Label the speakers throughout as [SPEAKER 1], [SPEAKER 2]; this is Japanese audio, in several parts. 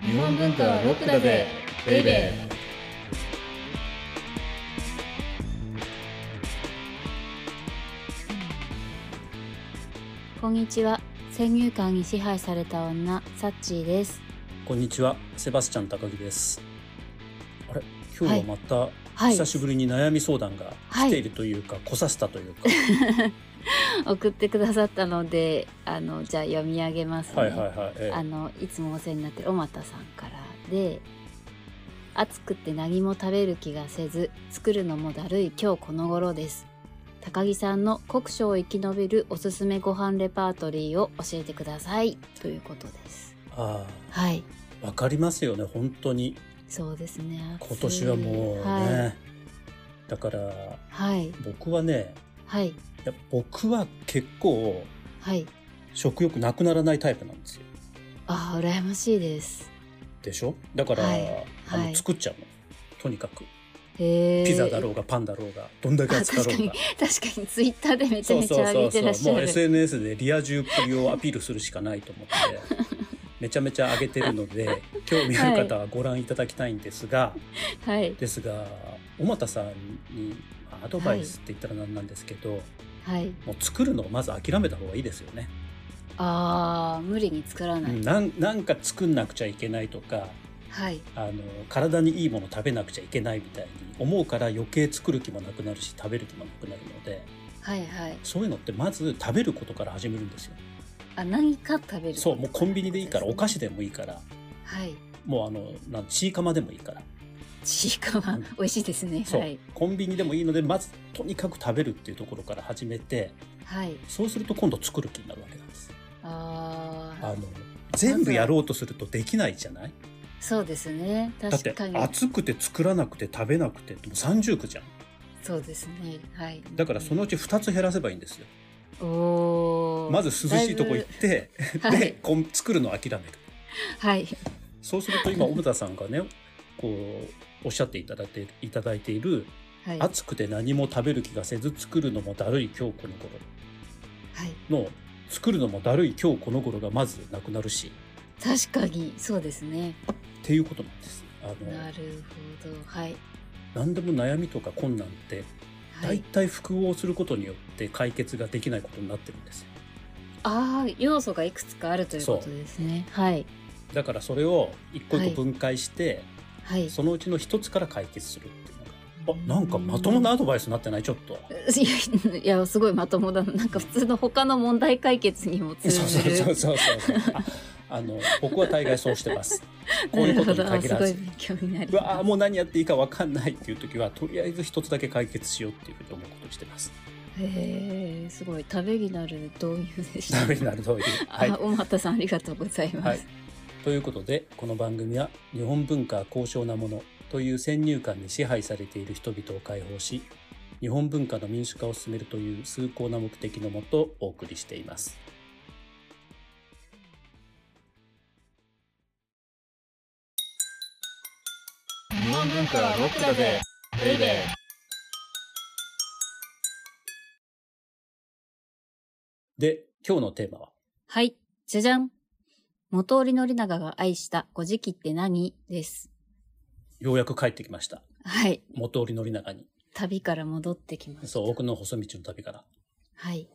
[SPEAKER 1] 日本文化はロックだぜベイベー
[SPEAKER 2] こんにちは先入観に支配された女サッチーです
[SPEAKER 3] こんにちは、セバスチャン高木です。あれ、今日はまた、
[SPEAKER 2] はい
[SPEAKER 3] 久しぶりに悩み相談が
[SPEAKER 2] はい
[SPEAKER 3] 来ているというか、来させたというか、
[SPEAKER 2] 送ってくださったのであのじゃあ読み上げますね、
[SPEAKER 3] はいはいはい、え
[SPEAKER 2] あのいつもお世話になってる尾又さんからで暑くて何も食べる気がせず作るのもだるい今日この頃です高木さんの酷暑を生き延びるおすすめご飯レパートリーを教えてくださいということです
[SPEAKER 3] えあ
[SPEAKER 2] はい
[SPEAKER 3] あ、わかりますよね、本当に。
[SPEAKER 2] そうですね暑い
[SPEAKER 3] 今年はもうね、
[SPEAKER 2] はい
[SPEAKER 3] だから、
[SPEAKER 2] はい
[SPEAKER 3] 僕はね、
[SPEAKER 2] はい
[SPEAKER 3] いや僕は結構、
[SPEAKER 2] はい
[SPEAKER 3] 食欲なくならないタイプなんですよ。
[SPEAKER 2] ああ羨ましいです
[SPEAKER 3] でしょだから、
[SPEAKER 2] はい
[SPEAKER 3] あの
[SPEAKER 2] はい
[SPEAKER 3] 作っちゃうの。とにかく、
[SPEAKER 2] へえ
[SPEAKER 3] ピザだろうがパンだろうが、どんだけ暑かろ
[SPEAKER 2] 確か
[SPEAKER 3] う
[SPEAKER 2] に
[SPEAKER 3] が。
[SPEAKER 2] 確かにツイッターでめちゃ
[SPEAKER 3] そう
[SPEAKER 2] めち
[SPEAKER 3] そ
[SPEAKER 2] ゃ上
[SPEAKER 3] うそ
[SPEAKER 2] げ
[SPEAKER 3] うそ
[SPEAKER 2] てらっし
[SPEAKER 3] う。
[SPEAKER 2] ゃ
[SPEAKER 3] もう
[SPEAKER 2] る
[SPEAKER 3] SNS でリア充っぷりをアピールするしかないと 思って、めちゃめちゃ上げてるので、興味ある方はご覧いただきたいんですが、
[SPEAKER 2] はい
[SPEAKER 3] ですが、小又さんにまあアドバイスって言ったらなんなんですけど、
[SPEAKER 2] はい
[SPEAKER 3] もう作るのをまず諦めた方がいいですよね。
[SPEAKER 2] ああ無理に作らない、
[SPEAKER 3] うんなんなんか作んなくちゃいけないとか、
[SPEAKER 2] はい
[SPEAKER 3] あの、体にいいもの食べなくちゃいけないみたいに思うから余計作る気もなくなるし、食べる気もなくなるので、
[SPEAKER 2] はいはい
[SPEAKER 3] そういうのってまず食べることから始めるんですよ。
[SPEAKER 2] あ何か食べる
[SPEAKER 3] そう、もうコンビニでいいから、お菓子
[SPEAKER 2] で
[SPEAKER 3] でもいいから、
[SPEAKER 2] はい
[SPEAKER 3] もうあの、なんちいかまでもいいから。
[SPEAKER 2] チーカは
[SPEAKER 3] うん
[SPEAKER 2] 美味しいですね
[SPEAKER 3] そう、
[SPEAKER 2] はい
[SPEAKER 3] コンビニでもいいので、まずとにかく食べるっていうところから始めて、
[SPEAKER 2] はい
[SPEAKER 3] そうすると今度作る気になるわけなんです。
[SPEAKER 2] あ
[SPEAKER 3] あ
[SPEAKER 2] あ
[SPEAKER 3] の、全部やろうとするとできないじゃない
[SPEAKER 2] そうですね
[SPEAKER 3] だって
[SPEAKER 2] 確かに
[SPEAKER 3] 暑くて作らなくて食べなくてってもう30区じゃん。
[SPEAKER 2] そうですねはい
[SPEAKER 3] だからそのうち2つ減らせばいいんですよ。
[SPEAKER 2] おー
[SPEAKER 3] まず涼しいとこ行って、
[SPEAKER 2] だいぶはい
[SPEAKER 3] で、こん作るの諦める。
[SPEAKER 2] はい
[SPEAKER 3] そうすると今、小田さんがね、こう、おっしゃっていただいていただいている、
[SPEAKER 2] はいはい
[SPEAKER 3] 暑くて何も食べる気がせず作るのもだるい今日この頃の作るのもだるい今日この頃がまずなくなるし
[SPEAKER 2] 確かにそうですね
[SPEAKER 3] っていうことなんです。あの
[SPEAKER 2] なるほどはい
[SPEAKER 3] 何でも悩みとか困難って
[SPEAKER 2] は
[SPEAKER 3] 大
[SPEAKER 2] い
[SPEAKER 3] 体複合することによって解決ができないことになってるんですよ。
[SPEAKER 2] ああ要素がいくつかあるということですねはい
[SPEAKER 3] だからそれを一個一個分解して、
[SPEAKER 2] はい
[SPEAKER 3] そのうちの一つから解決するっていうのがあなんかまともなアドバイスになってないちょっと。
[SPEAKER 2] いやいやすごいまともだななんか普通の他の問題解決にも通
[SPEAKER 3] そう
[SPEAKER 2] じ
[SPEAKER 3] そ
[SPEAKER 2] る
[SPEAKER 3] うそうそうそう。ああの僕は大概そうして ます。こういうことに
[SPEAKER 2] なるほ
[SPEAKER 3] 限
[SPEAKER 2] ど
[SPEAKER 3] ら
[SPEAKER 2] すごい
[SPEAKER 3] ず。
[SPEAKER 2] 勉強になり
[SPEAKER 3] うわあ
[SPEAKER 2] ま
[SPEAKER 3] もう何やっていいか分かんないっていう時はとりあえず一つだけ解決しようっていうふうに思うことにし てます。
[SPEAKER 2] すへえすごいためになる導入でした
[SPEAKER 3] ダメにな る通り。はい
[SPEAKER 2] あ、。大俣さんありがとうございます、
[SPEAKER 3] はい、ということでこの番組は日本文化は高尚なものという先入観に支配されている人々を解放し日本文化の民主化を進めるという崇高な目的のもとお送りしています。
[SPEAKER 1] 日本文化はロックだぜベイベー
[SPEAKER 3] で今日のテーマは
[SPEAKER 2] はい、じゃじゃん元織宣長が愛した「古事記って何?」です
[SPEAKER 3] ようやく帰ってきました
[SPEAKER 2] はい
[SPEAKER 3] 元織宣長に
[SPEAKER 2] 旅から戻ってきました
[SPEAKER 3] そう奥の細道の旅から
[SPEAKER 2] はい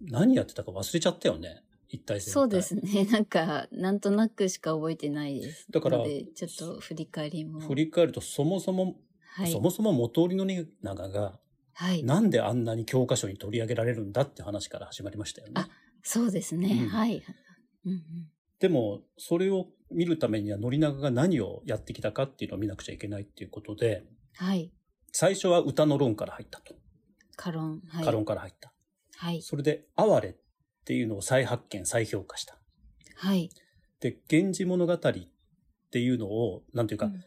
[SPEAKER 3] 何やってたか忘れちゃったよね一体全体
[SPEAKER 2] そうですね。 なんか、なんとなくしか覚えてないです。
[SPEAKER 3] だから
[SPEAKER 2] のでちょっと振り返りも。
[SPEAKER 3] 振り返るとそもそも、
[SPEAKER 2] はい
[SPEAKER 3] そ。もそも元織宣長が
[SPEAKER 2] はい。
[SPEAKER 3] なんであんなに教科書に取り上げられるんだって話から始まりましたよね
[SPEAKER 2] あそうですね。
[SPEAKER 3] うん
[SPEAKER 2] はい。うんうん、
[SPEAKER 3] でも、それを見るためには、宣長が何をやってきたかっていうのを見なくちゃいけないっていうことで、
[SPEAKER 2] はい。
[SPEAKER 3] 最初は歌の論から入ったと。
[SPEAKER 2] カロン。はい。
[SPEAKER 3] 歌論から入った。
[SPEAKER 2] はい。
[SPEAKER 3] それで、哀れっていうのを再発見、再評価した。
[SPEAKER 2] はい。
[SPEAKER 3] で、源氏物語っていうのを、なんていうか、
[SPEAKER 2] うん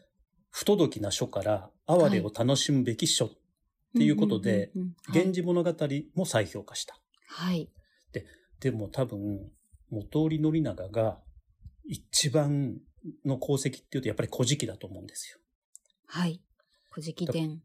[SPEAKER 3] 不届きな書から、哀れを楽しむべき書、
[SPEAKER 2] て
[SPEAKER 3] ていうことで、
[SPEAKER 2] うんうんうんうん
[SPEAKER 3] 源氏物語も再評価した。
[SPEAKER 2] はい。
[SPEAKER 3] でも多分、元織宣長が、一番の功績っていうと、やっぱり古事記だと思うんですよ。
[SPEAKER 2] はい。古事記伝。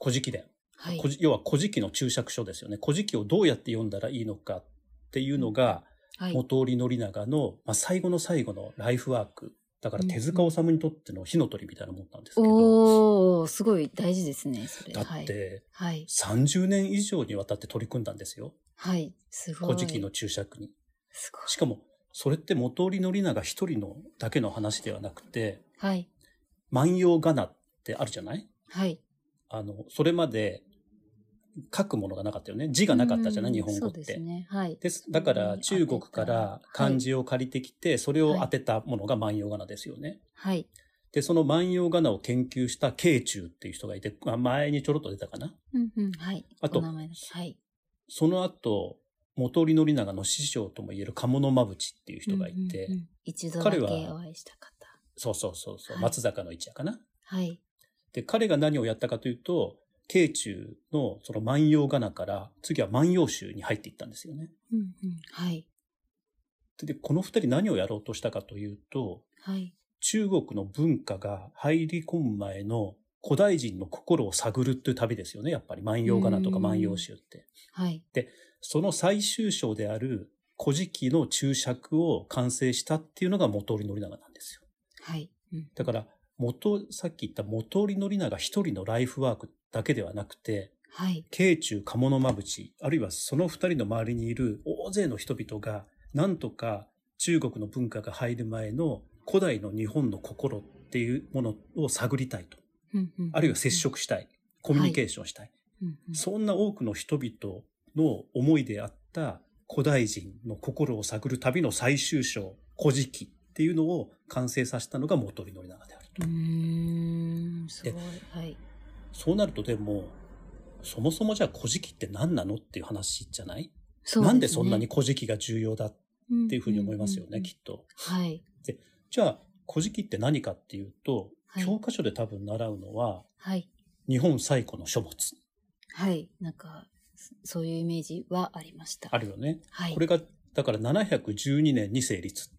[SPEAKER 3] 古事記伝。
[SPEAKER 2] はい。
[SPEAKER 3] 古事要は古事記の注釈書ですよね。古事記をどうやって読んだらいいのかっていうのが、
[SPEAKER 2] はい。
[SPEAKER 3] 元織宣長の、まあ、最後の最後のライフワークだから手塚治虫にとっての火の鳥みたいなもんなんですけど、
[SPEAKER 2] おー、すごい大事ですね、それ。
[SPEAKER 3] だ
[SPEAKER 2] は
[SPEAKER 3] っ
[SPEAKER 2] い。
[SPEAKER 3] て
[SPEAKER 2] はい。
[SPEAKER 3] 30年以上にわたって取り組んだんですよ。
[SPEAKER 2] はい。すごい。
[SPEAKER 3] 古事記の注釈に。
[SPEAKER 2] すごい。
[SPEAKER 3] しかも、それって元織宣長一人のだけの話ではなくて、
[SPEAKER 2] はい。
[SPEAKER 3] 万葉仮名ってあるじゃない
[SPEAKER 2] はい。
[SPEAKER 3] あの、それまで書くものがなかったよね。字がなかったじゃない
[SPEAKER 2] うん
[SPEAKER 3] 日本語っ
[SPEAKER 2] そうで
[SPEAKER 3] て
[SPEAKER 2] す。ね。はい。
[SPEAKER 3] です。だから中国から漢字を借りてきて、それを当てたものが万葉仮名ですよね。
[SPEAKER 2] はい。
[SPEAKER 3] で、その万葉仮名を研究した慶中っていう人がいて、まあ前にちょろっと出たかな。
[SPEAKER 2] うんうん。はい。
[SPEAKER 3] あと
[SPEAKER 2] お名前だけはい。
[SPEAKER 3] その後、元織宣長の師匠とも言える鴨の間淵っていう人がいて、
[SPEAKER 2] うんうんうん一度だけ
[SPEAKER 3] 彼
[SPEAKER 2] お
[SPEAKER 3] は
[SPEAKER 2] 会いした方。
[SPEAKER 3] そうそうそうそう、
[SPEAKER 2] はい
[SPEAKER 3] 松坂の一夜かな。
[SPEAKER 2] はい。
[SPEAKER 3] で、彼が何をやったかというと、慶中のその万葉仮名から、次は万葉集に入っていったんですよね。
[SPEAKER 2] うんうん。はい。
[SPEAKER 3] で、この二人何をやろうとしたかというと、
[SPEAKER 2] はい。
[SPEAKER 3] 中国の文化が入り込む前の古代人の心を探るという旅ですよね、やっぱり。万葉仮名とか
[SPEAKER 2] うん
[SPEAKER 3] 万葉集って。
[SPEAKER 2] はい。
[SPEAKER 3] その最終章である古事記の注釈を完成したっていうのが元織宣長なんですよ。
[SPEAKER 2] はい。うん
[SPEAKER 3] だから、元、さっき言った元織宣長一人のライフワークだけではなくて、
[SPEAKER 2] はい。
[SPEAKER 3] 慶中鴨の間淵、あるいはその二人の周りにいる大勢の人々が、なんとか中国の文化が入る前の古代の日本の心っていうものを探りたいと。
[SPEAKER 2] うんうん
[SPEAKER 3] あるいは接。触したい。コミュニケーションしたい。
[SPEAKER 2] うんうん
[SPEAKER 3] そんな多くの人々の思いであった古代人の心を探る旅の最終章、古事記っていうのを完成させたのが元利の長であると。
[SPEAKER 2] うーん。すごい。はい。
[SPEAKER 3] そうなるとでも、そもそもじゃあ古事記って何なのっていう話じゃない
[SPEAKER 2] そ
[SPEAKER 3] なんでそんなに古事記が重要だっていうふうに思いますよね、
[SPEAKER 2] うんうんうん
[SPEAKER 3] きっと。
[SPEAKER 2] はい。
[SPEAKER 3] じゃあ、古事記って何かっていうと、
[SPEAKER 2] はい
[SPEAKER 3] 教科書で多分習うのは、
[SPEAKER 2] はい。
[SPEAKER 3] 日本最古の書物。
[SPEAKER 2] はい。なんか、そそういうイメージはありました。
[SPEAKER 3] あるよね。
[SPEAKER 2] はい。
[SPEAKER 3] これが、だから712年に成立。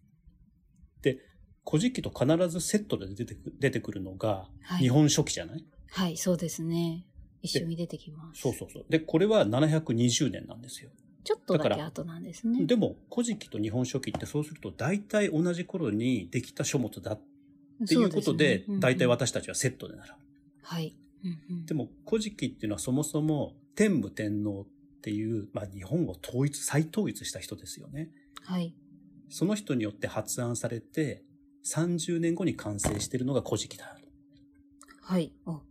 [SPEAKER 3] で、古事記と必ずセットで出てく出てくるのが、
[SPEAKER 2] はい
[SPEAKER 3] 日本書紀じゃない、
[SPEAKER 2] はい、そうですね。一緒に出てきます。
[SPEAKER 3] そうそうそう。で、これは720年なんですよ。
[SPEAKER 2] ちょっとだ
[SPEAKER 3] だか
[SPEAKER 2] け
[SPEAKER 3] ら
[SPEAKER 2] 後なんですね。
[SPEAKER 3] でも、古事記と日本書紀ってそうすると、大体同じ頃にできた書物だっていうことで、
[SPEAKER 2] そうすね
[SPEAKER 3] 大
[SPEAKER 2] うん
[SPEAKER 3] 体。
[SPEAKER 2] うん
[SPEAKER 3] 私たちはセットで習う。
[SPEAKER 2] はい。うんうん
[SPEAKER 3] でも、古事記っていうのはそもそも天武天皇っていう、まあ日本を統一、再統一した人ですよね。
[SPEAKER 2] はい。
[SPEAKER 3] その人によって発案されて、30年後に完成しているのが古事記だ。
[SPEAKER 2] はい。お、30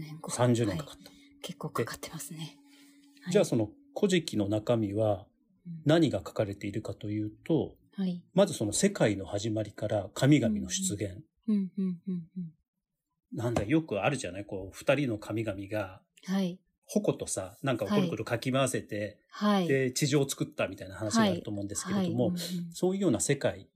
[SPEAKER 2] 年後。
[SPEAKER 3] 30年か
[SPEAKER 2] は
[SPEAKER 3] かった。
[SPEAKER 2] い結構かかってますね。はい
[SPEAKER 3] じゃあその古事記の中身は
[SPEAKER 2] うん
[SPEAKER 3] 何が書かれているかというと、
[SPEAKER 2] はい。
[SPEAKER 3] まずその世界の始まりから神々の出現。
[SPEAKER 2] うんうんうんうん。
[SPEAKER 3] なんだ、よくあるじゃないこう、二人の神々が、
[SPEAKER 2] はい。
[SPEAKER 3] 矛とさ、なんかをくるくるかき回せて、
[SPEAKER 2] はい。
[SPEAKER 3] で、地上を作ったみたいな話があると思うんですけれども、
[SPEAKER 2] はい
[SPEAKER 3] そういうような世界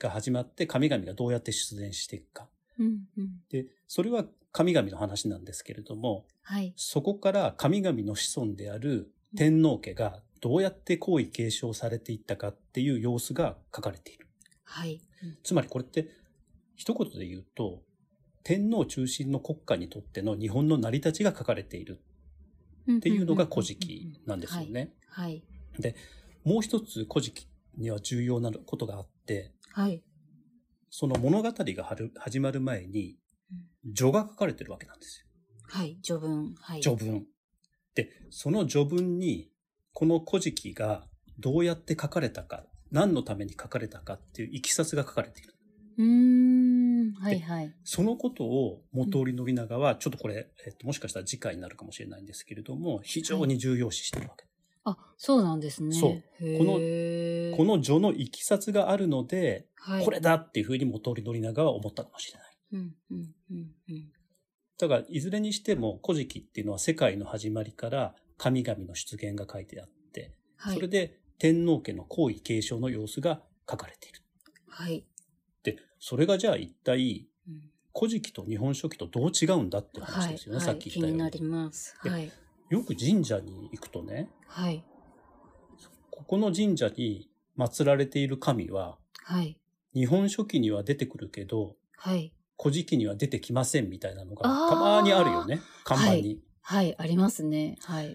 [SPEAKER 3] が始まって神々がどうやって出現していくか。
[SPEAKER 2] うんうんうんうん
[SPEAKER 3] で、それは神々の話なんですけれども、
[SPEAKER 2] はい。
[SPEAKER 3] そこから神々の子孫である天皇家がどうやって皇位継承されていったかっていう様子が書かれている。
[SPEAKER 2] はい。うん
[SPEAKER 3] つまりこれって一言で言うと、天皇中心の国家にとっての日本の成り立ちが書かれているっていうのが古事記なんですよ
[SPEAKER 2] はい。
[SPEAKER 3] ね。
[SPEAKER 2] はい。
[SPEAKER 3] もう一つ古事記には重要なことがあって、
[SPEAKER 2] はい。
[SPEAKER 3] その物語がはる始まる前に序が書かれてるわけなんです
[SPEAKER 2] はい。序文。はい。
[SPEAKER 3] よ。序文。で、その序文に、この古事記がどうやって書かれたか、何のために書かれたかっていういきさつが書かれている。
[SPEAKER 2] うーん。はいはい。
[SPEAKER 3] そのことを元織宣長は、ちょっとこれ、えっと、もしかしたら次回になるかもしれないんですけれども、非常に重要視してるわけ。
[SPEAKER 2] あ、そうなんですね。
[SPEAKER 3] そう
[SPEAKER 2] へー。
[SPEAKER 3] このこの序のいきさつがあるので、
[SPEAKER 2] はい、
[SPEAKER 3] これだっていうふうに元織宣長は思ったかもしれない。
[SPEAKER 2] うんうんうんうん。
[SPEAKER 3] だから、いずれにしても、古事記っていうのは世界の始まりから神々の出現が書いてあって、
[SPEAKER 2] はい。
[SPEAKER 3] それで天皇家の皇位継承の様子が書かれている。
[SPEAKER 2] はい。
[SPEAKER 3] で、それがじゃあ一体、
[SPEAKER 2] うん
[SPEAKER 3] 古事記と日本書紀とどう違うんだって話ですよね、
[SPEAKER 2] はい
[SPEAKER 3] さっき言ったように。
[SPEAKER 2] はい、気になります。
[SPEAKER 3] で
[SPEAKER 2] はい。
[SPEAKER 3] よく神社に行くとね、
[SPEAKER 2] はい。
[SPEAKER 3] ここの神社に祀られている神は、
[SPEAKER 2] はい。
[SPEAKER 3] 日本書紀には出てくるけど、
[SPEAKER 2] はい。
[SPEAKER 3] 古事記には出てきませんみたいなのが
[SPEAKER 2] あー
[SPEAKER 3] たまにあるよね、看板に。
[SPEAKER 2] はい。ありますね。はい。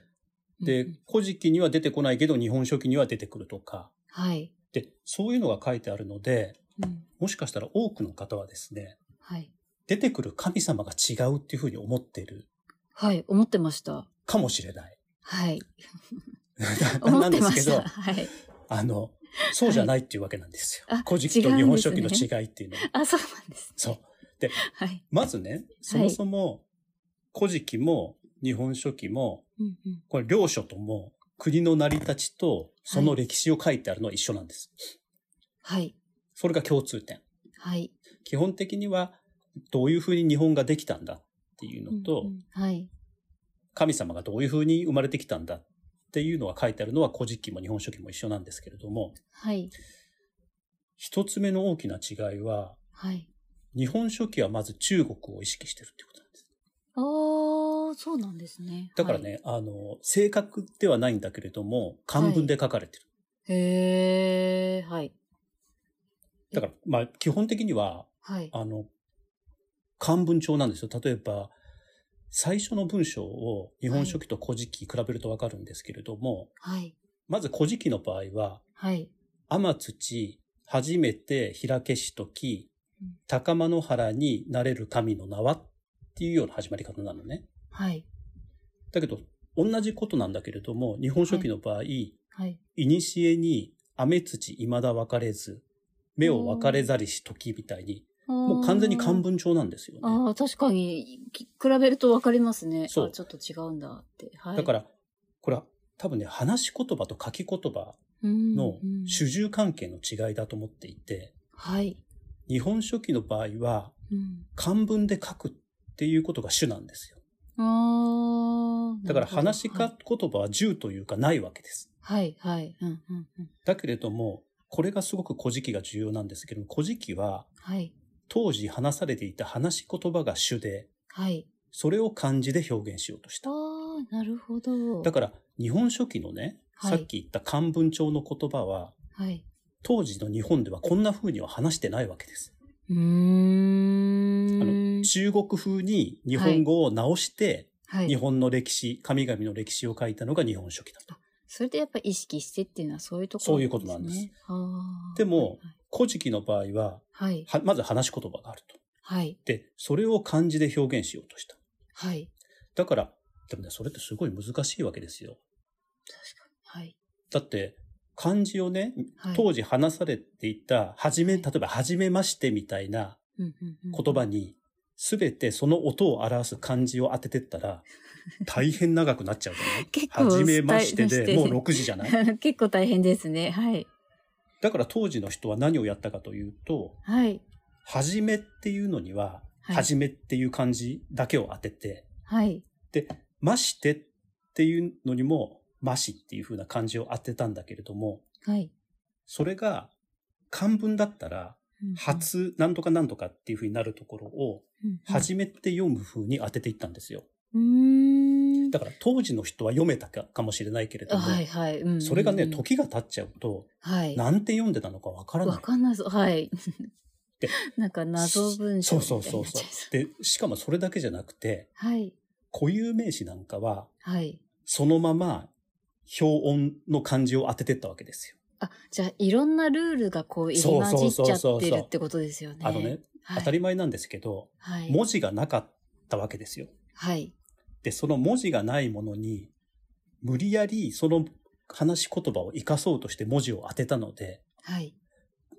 [SPEAKER 2] う
[SPEAKER 3] で
[SPEAKER 2] んうん、
[SPEAKER 3] 古事記には出てこないけど、日本書紀には出てくるとか。
[SPEAKER 2] はい。
[SPEAKER 3] で、そういうのが書いてあるので、
[SPEAKER 2] うん
[SPEAKER 3] もしかしたら多くの方はですね、
[SPEAKER 2] はい。
[SPEAKER 3] 出てくる神様が違うっていうふうに思っている
[SPEAKER 2] はい、思ってました。
[SPEAKER 3] かもしれない。
[SPEAKER 2] はい。
[SPEAKER 3] な
[SPEAKER 2] 思
[SPEAKER 3] な
[SPEAKER 2] っ
[SPEAKER 3] ん
[SPEAKER 2] て
[SPEAKER 3] で
[SPEAKER 2] ます
[SPEAKER 3] け
[SPEAKER 2] し
[SPEAKER 3] ど
[SPEAKER 2] た。、はい。
[SPEAKER 3] あの、そうじゃないっていうわけなんですよ。
[SPEAKER 2] はいあ
[SPEAKER 3] 古事記と
[SPEAKER 2] 違
[SPEAKER 3] 日
[SPEAKER 2] うん
[SPEAKER 3] 本
[SPEAKER 2] です
[SPEAKER 3] 書紀
[SPEAKER 2] ね
[SPEAKER 3] の違いっていうのは。
[SPEAKER 2] あ、そうなんです。
[SPEAKER 3] そう。
[SPEAKER 2] はい。
[SPEAKER 3] まずね、そもそも、古事記も日本書紀も、
[SPEAKER 2] うんうん。
[SPEAKER 3] これ両書とも国の成り立ちとその歴史を書いてあるのは一緒なんです。
[SPEAKER 2] はい。
[SPEAKER 3] それが共通点。
[SPEAKER 2] はい。
[SPEAKER 3] 基本的には、どういうふうに日本ができたんだっていうのと、
[SPEAKER 2] うんうんはい。
[SPEAKER 3] 神様がどういうふうに生まれてきたんだっていうのが書いてあるのは古事記も日本書紀も一緒なんですけれども、
[SPEAKER 2] はい。
[SPEAKER 3] 一つ目の大きな違いは、
[SPEAKER 2] はい。
[SPEAKER 3] 日本書紀はまず中国を意識してるってことなんです。
[SPEAKER 2] ああ、そうなんですね。
[SPEAKER 3] だから
[SPEAKER 2] はい。
[SPEAKER 3] ね、あの、正確ではないんだけれども、漢文で書かれてる。
[SPEAKER 2] へえ、はい。
[SPEAKER 3] だから、まあ、基本的には、
[SPEAKER 2] はい。
[SPEAKER 3] あの、漢文帳なんですよ。例えば、最初の文章を日本書紀と古事記比べるとわかるんですけれども、
[SPEAKER 2] はい。
[SPEAKER 3] まず古事記の場合は、
[SPEAKER 2] はい。
[SPEAKER 3] 天土、初めて開けしとき
[SPEAKER 2] うん、
[SPEAKER 3] 高間の原になれる神の名はっていうような始まり方なのね。
[SPEAKER 2] はい。
[SPEAKER 3] だけど、同じことなんだけれども、日本書紀の場合、
[SPEAKER 2] はい。
[SPEAKER 3] いにしえに雨土未だ分かれず、目を分かれざりし時みたいに、も
[SPEAKER 2] も
[SPEAKER 3] う完全に漢文帳なんですよね。
[SPEAKER 2] ああ、確かに、き比べるとわかりますね。
[SPEAKER 3] そう
[SPEAKER 2] あちょっと違うんだって。はい。、
[SPEAKER 3] だからら、これは多分ね、話し言葉と書き言葉の
[SPEAKER 2] の
[SPEAKER 3] 主従関係の違いだと思っていて、
[SPEAKER 2] はい。
[SPEAKER 3] 日本書紀の場合は、
[SPEAKER 2] うん
[SPEAKER 3] 漢文で書くっていうことが主なんですよ。
[SPEAKER 2] ああ。
[SPEAKER 3] だから
[SPEAKER 2] なるほど
[SPEAKER 3] 話しか。言葉は10というかないわけです。
[SPEAKER 2] はい、はいはい。うん、うん、うん。
[SPEAKER 3] だけれども、これがすごく古事記が重要なんですけども、古事記は
[SPEAKER 2] はい。
[SPEAKER 3] 当時話されていた話し言葉が主で、
[SPEAKER 2] はい。
[SPEAKER 3] それを漢字で表現しようとした。
[SPEAKER 2] ああ、なるほど。
[SPEAKER 3] だから、日本書紀のね、
[SPEAKER 2] はい
[SPEAKER 3] さっき言った漢文帳の言葉は、
[SPEAKER 2] はい。
[SPEAKER 3] 当時の日本ではこんな風には話してないわけです。
[SPEAKER 2] うーん。
[SPEAKER 3] 中国風に日本語を直して、
[SPEAKER 2] はい。
[SPEAKER 3] 日本の歴史、神々の歴史を書いたのが日本書紀だと。
[SPEAKER 2] それでやっぱ意識してっていうのはそういうところ
[SPEAKER 3] そういうことなんです
[SPEAKER 2] ね。あー
[SPEAKER 3] でも、古事記の場合は、
[SPEAKER 2] はい。
[SPEAKER 3] はまず話し言葉があると。
[SPEAKER 2] はい。
[SPEAKER 3] で、それを漢字で表現しようとした。
[SPEAKER 2] はい。
[SPEAKER 3] だから、でもね、それってすごい難しいわけですよ。
[SPEAKER 2] はい。
[SPEAKER 3] だって、漢字をね、
[SPEAKER 2] はい。
[SPEAKER 3] 当時話されていた、はじめ、例えば、はじめましてみたいな
[SPEAKER 2] うんうんうん
[SPEAKER 3] 言葉に、すべてその音を表す漢字を当ててったら、大変長くなっちゃうじゃない
[SPEAKER 2] 結構
[SPEAKER 3] はじめまして
[SPEAKER 2] スタイ
[SPEAKER 3] で、
[SPEAKER 2] ル
[SPEAKER 3] も
[SPEAKER 2] し
[SPEAKER 3] う
[SPEAKER 2] て
[SPEAKER 3] 6時じゃない
[SPEAKER 2] 結構大変ですね。はい。
[SPEAKER 3] だから当時の人は何をやったかというと、
[SPEAKER 2] はい。
[SPEAKER 3] はじめっていうのには、
[SPEAKER 2] はい
[SPEAKER 3] はじめっていう漢字だけを当てて、
[SPEAKER 2] はい。
[SPEAKER 3] ましてっていうのにも、ましっていう風な漢字を当てたんだけれども、
[SPEAKER 2] はい。
[SPEAKER 3] それが漢文だったら、初なんとかなんとかっていう風になるところを、
[SPEAKER 2] うんうん、
[SPEAKER 3] はじめって読む風に当てていったんですよ。
[SPEAKER 2] うーん。
[SPEAKER 3] だから当時の人は読めたかかもしれないけれど
[SPEAKER 2] あ
[SPEAKER 3] も、
[SPEAKER 2] はいはい。うんうんうん
[SPEAKER 3] それがね、時が経っちゃうと、
[SPEAKER 2] はい。
[SPEAKER 3] なんて読んでたのかわからな
[SPEAKER 2] わ
[SPEAKER 3] い。
[SPEAKER 2] かんないぞ。はい
[SPEAKER 3] で。
[SPEAKER 2] なんか謎文章
[SPEAKER 3] そう
[SPEAKER 2] みたい
[SPEAKER 3] そう
[SPEAKER 2] になっちゃ
[SPEAKER 3] そ
[SPEAKER 2] いうそ
[SPEAKER 3] そうう。で、しかもそれだけじゃなくて、
[SPEAKER 2] はい。
[SPEAKER 3] 固有名詞なんかは、
[SPEAKER 2] はい。
[SPEAKER 3] そのまま表音の漢字を当ててったわけですよ。
[SPEAKER 2] あ、じゃあ、いろんなルールがこう入り混じっちゃってるってことですよね。
[SPEAKER 3] あのね、
[SPEAKER 2] はい、
[SPEAKER 3] 当たり前なんですけど、
[SPEAKER 2] はい。
[SPEAKER 3] 文字がなかったわけですよ。
[SPEAKER 2] はい。
[SPEAKER 3] で、その文字がないものに、無理やりその話し言葉を生かそうとして文字を当てたので、
[SPEAKER 2] はい。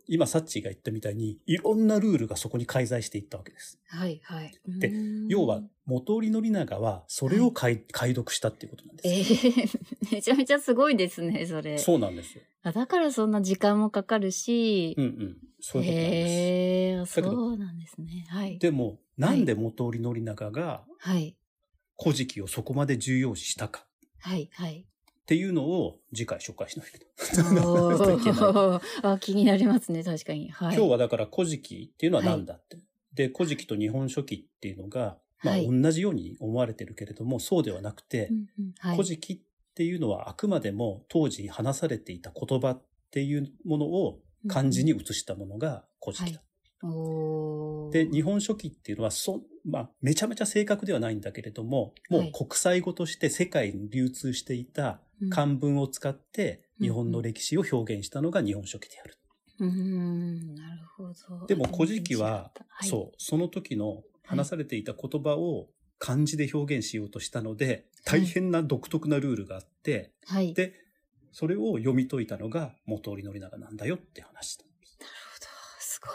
[SPEAKER 3] 今、サッチーが言ったみたいに、いろんなルールがそこに介在していったわけです。
[SPEAKER 2] はい。はい。
[SPEAKER 3] で
[SPEAKER 2] うーん
[SPEAKER 3] 要は、元織宣長は、それを解,、解読したっていうことなん
[SPEAKER 2] え
[SPEAKER 3] で
[SPEAKER 2] ー めちゃめちゃすごいですね、それ。
[SPEAKER 3] す。そうなんですよ。
[SPEAKER 2] あだからそんな時間もかかるし、
[SPEAKER 3] うんうん。そういうことなんで
[SPEAKER 2] へえー、
[SPEAKER 3] だけど
[SPEAKER 2] そうなんですね。はい
[SPEAKER 3] す。。でも、なんで元織宣長が、
[SPEAKER 2] はい。
[SPEAKER 3] 古事記をそこまで重要視したか
[SPEAKER 2] はい。 はい。
[SPEAKER 3] っていうのを、次回紹介しないけど。
[SPEAKER 2] お
[SPEAKER 3] いけない
[SPEAKER 2] ーあ気になりますね、確かに。はい。
[SPEAKER 3] 今日はだから古事記っていうのは何だって。で、古事記と日本書紀っていうのが、まあ
[SPEAKER 2] はい
[SPEAKER 3] 同じように思われてるけれども、そうではなくて
[SPEAKER 2] う、んうんはい、
[SPEAKER 3] 古事記っていうのはあくまでも当時話されていた言葉っていうものを漢字に移したものが古事記だ。
[SPEAKER 2] おー
[SPEAKER 3] で、日本書紀っていうのはそ、まあ、めちゃめちゃ正確ではないんだけれども、もう
[SPEAKER 2] はい
[SPEAKER 3] 国際語として世界に流通していた
[SPEAKER 2] うん
[SPEAKER 3] 漢文を使って
[SPEAKER 2] うん
[SPEAKER 3] 日本の歴史を表現したのが日本書紀である。
[SPEAKER 2] うーん、なるほど。
[SPEAKER 3] でも古事記は
[SPEAKER 2] あ、
[SPEAKER 3] そう、その時の話されていた言葉を漢字で表現しようとしたので、
[SPEAKER 2] はい
[SPEAKER 3] 大変な独特なルールがあって、
[SPEAKER 2] 全然違ったはい。はい。
[SPEAKER 3] で、それを読み解いたのが元織宣長なんだよって話だ。っ
[SPEAKER 2] なるほど。すごい。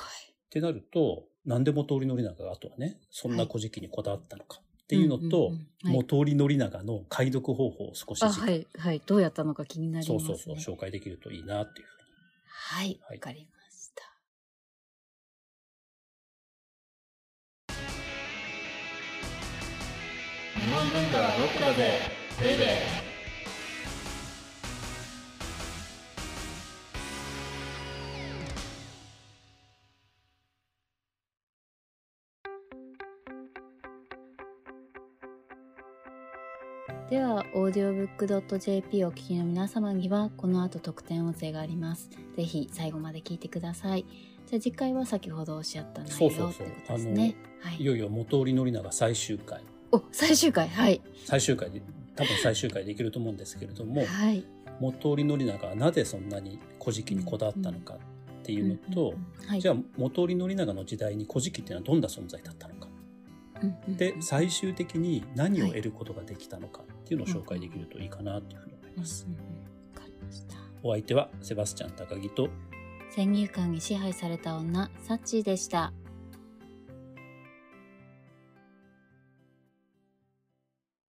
[SPEAKER 3] てなると、なんで元織宣長があとはね、そんな古事記にこだわったのかっていうのと、
[SPEAKER 2] んんうんはい
[SPEAKER 3] 元織宣長の解読方法を少し
[SPEAKER 2] あ、
[SPEAKER 3] 時間
[SPEAKER 2] はい、はい。どうやったのか気になります
[SPEAKER 3] そ
[SPEAKER 2] ね。
[SPEAKER 3] うそうそう、紹介できるといいなっていうふうに。
[SPEAKER 2] はい、
[SPEAKER 3] はい
[SPEAKER 2] わかりました。
[SPEAKER 1] 日本文化はロックだぜベイベー
[SPEAKER 2] では、audiobook.jp をお聞きの皆様には、この後特典音声があります。ぜひ、最後まで聞いてください。じゃあ、次回は先ほどおっしゃった内
[SPEAKER 3] そうそ
[SPEAKER 2] 容
[SPEAKER 3] う
[SPEAKER 2] っ
[SPEAKER 3] そ
[SPEAKER 2] て
[SPEAKER 3] う
[SPEAKER 2] ことですね。はいい。
[SPEAKER 3] よいよ元織宣長最終回、
[SPEAKER 2] お、最終回はい。
[SPEAKER 3] 最終回で、多分最終回できると思うんですけれども、
[SPEAKER 2] はい。
[SPEAKER 3] 元織宣長がなぜそんなに古事記にこだわったのかっていうのと、
[SPEAKER 2] うんうんうんはい、
[SPEAKER 3] じゃあ元織宣長の時代に古事記っていうのはどんな存在だったのか
[SPEAKER 2] うんうんうん
[SPEAKER 3] で最終的に何を得ることができたのかっていうのを紹介できるといいかなというふうに思います。
[SPEAKER 2] うんうんうんわかりました。
[SPEAKER 3] お相手はセバスチャン高木と
[SPEAKER 2] 先入観に支配された女、サッチーでした。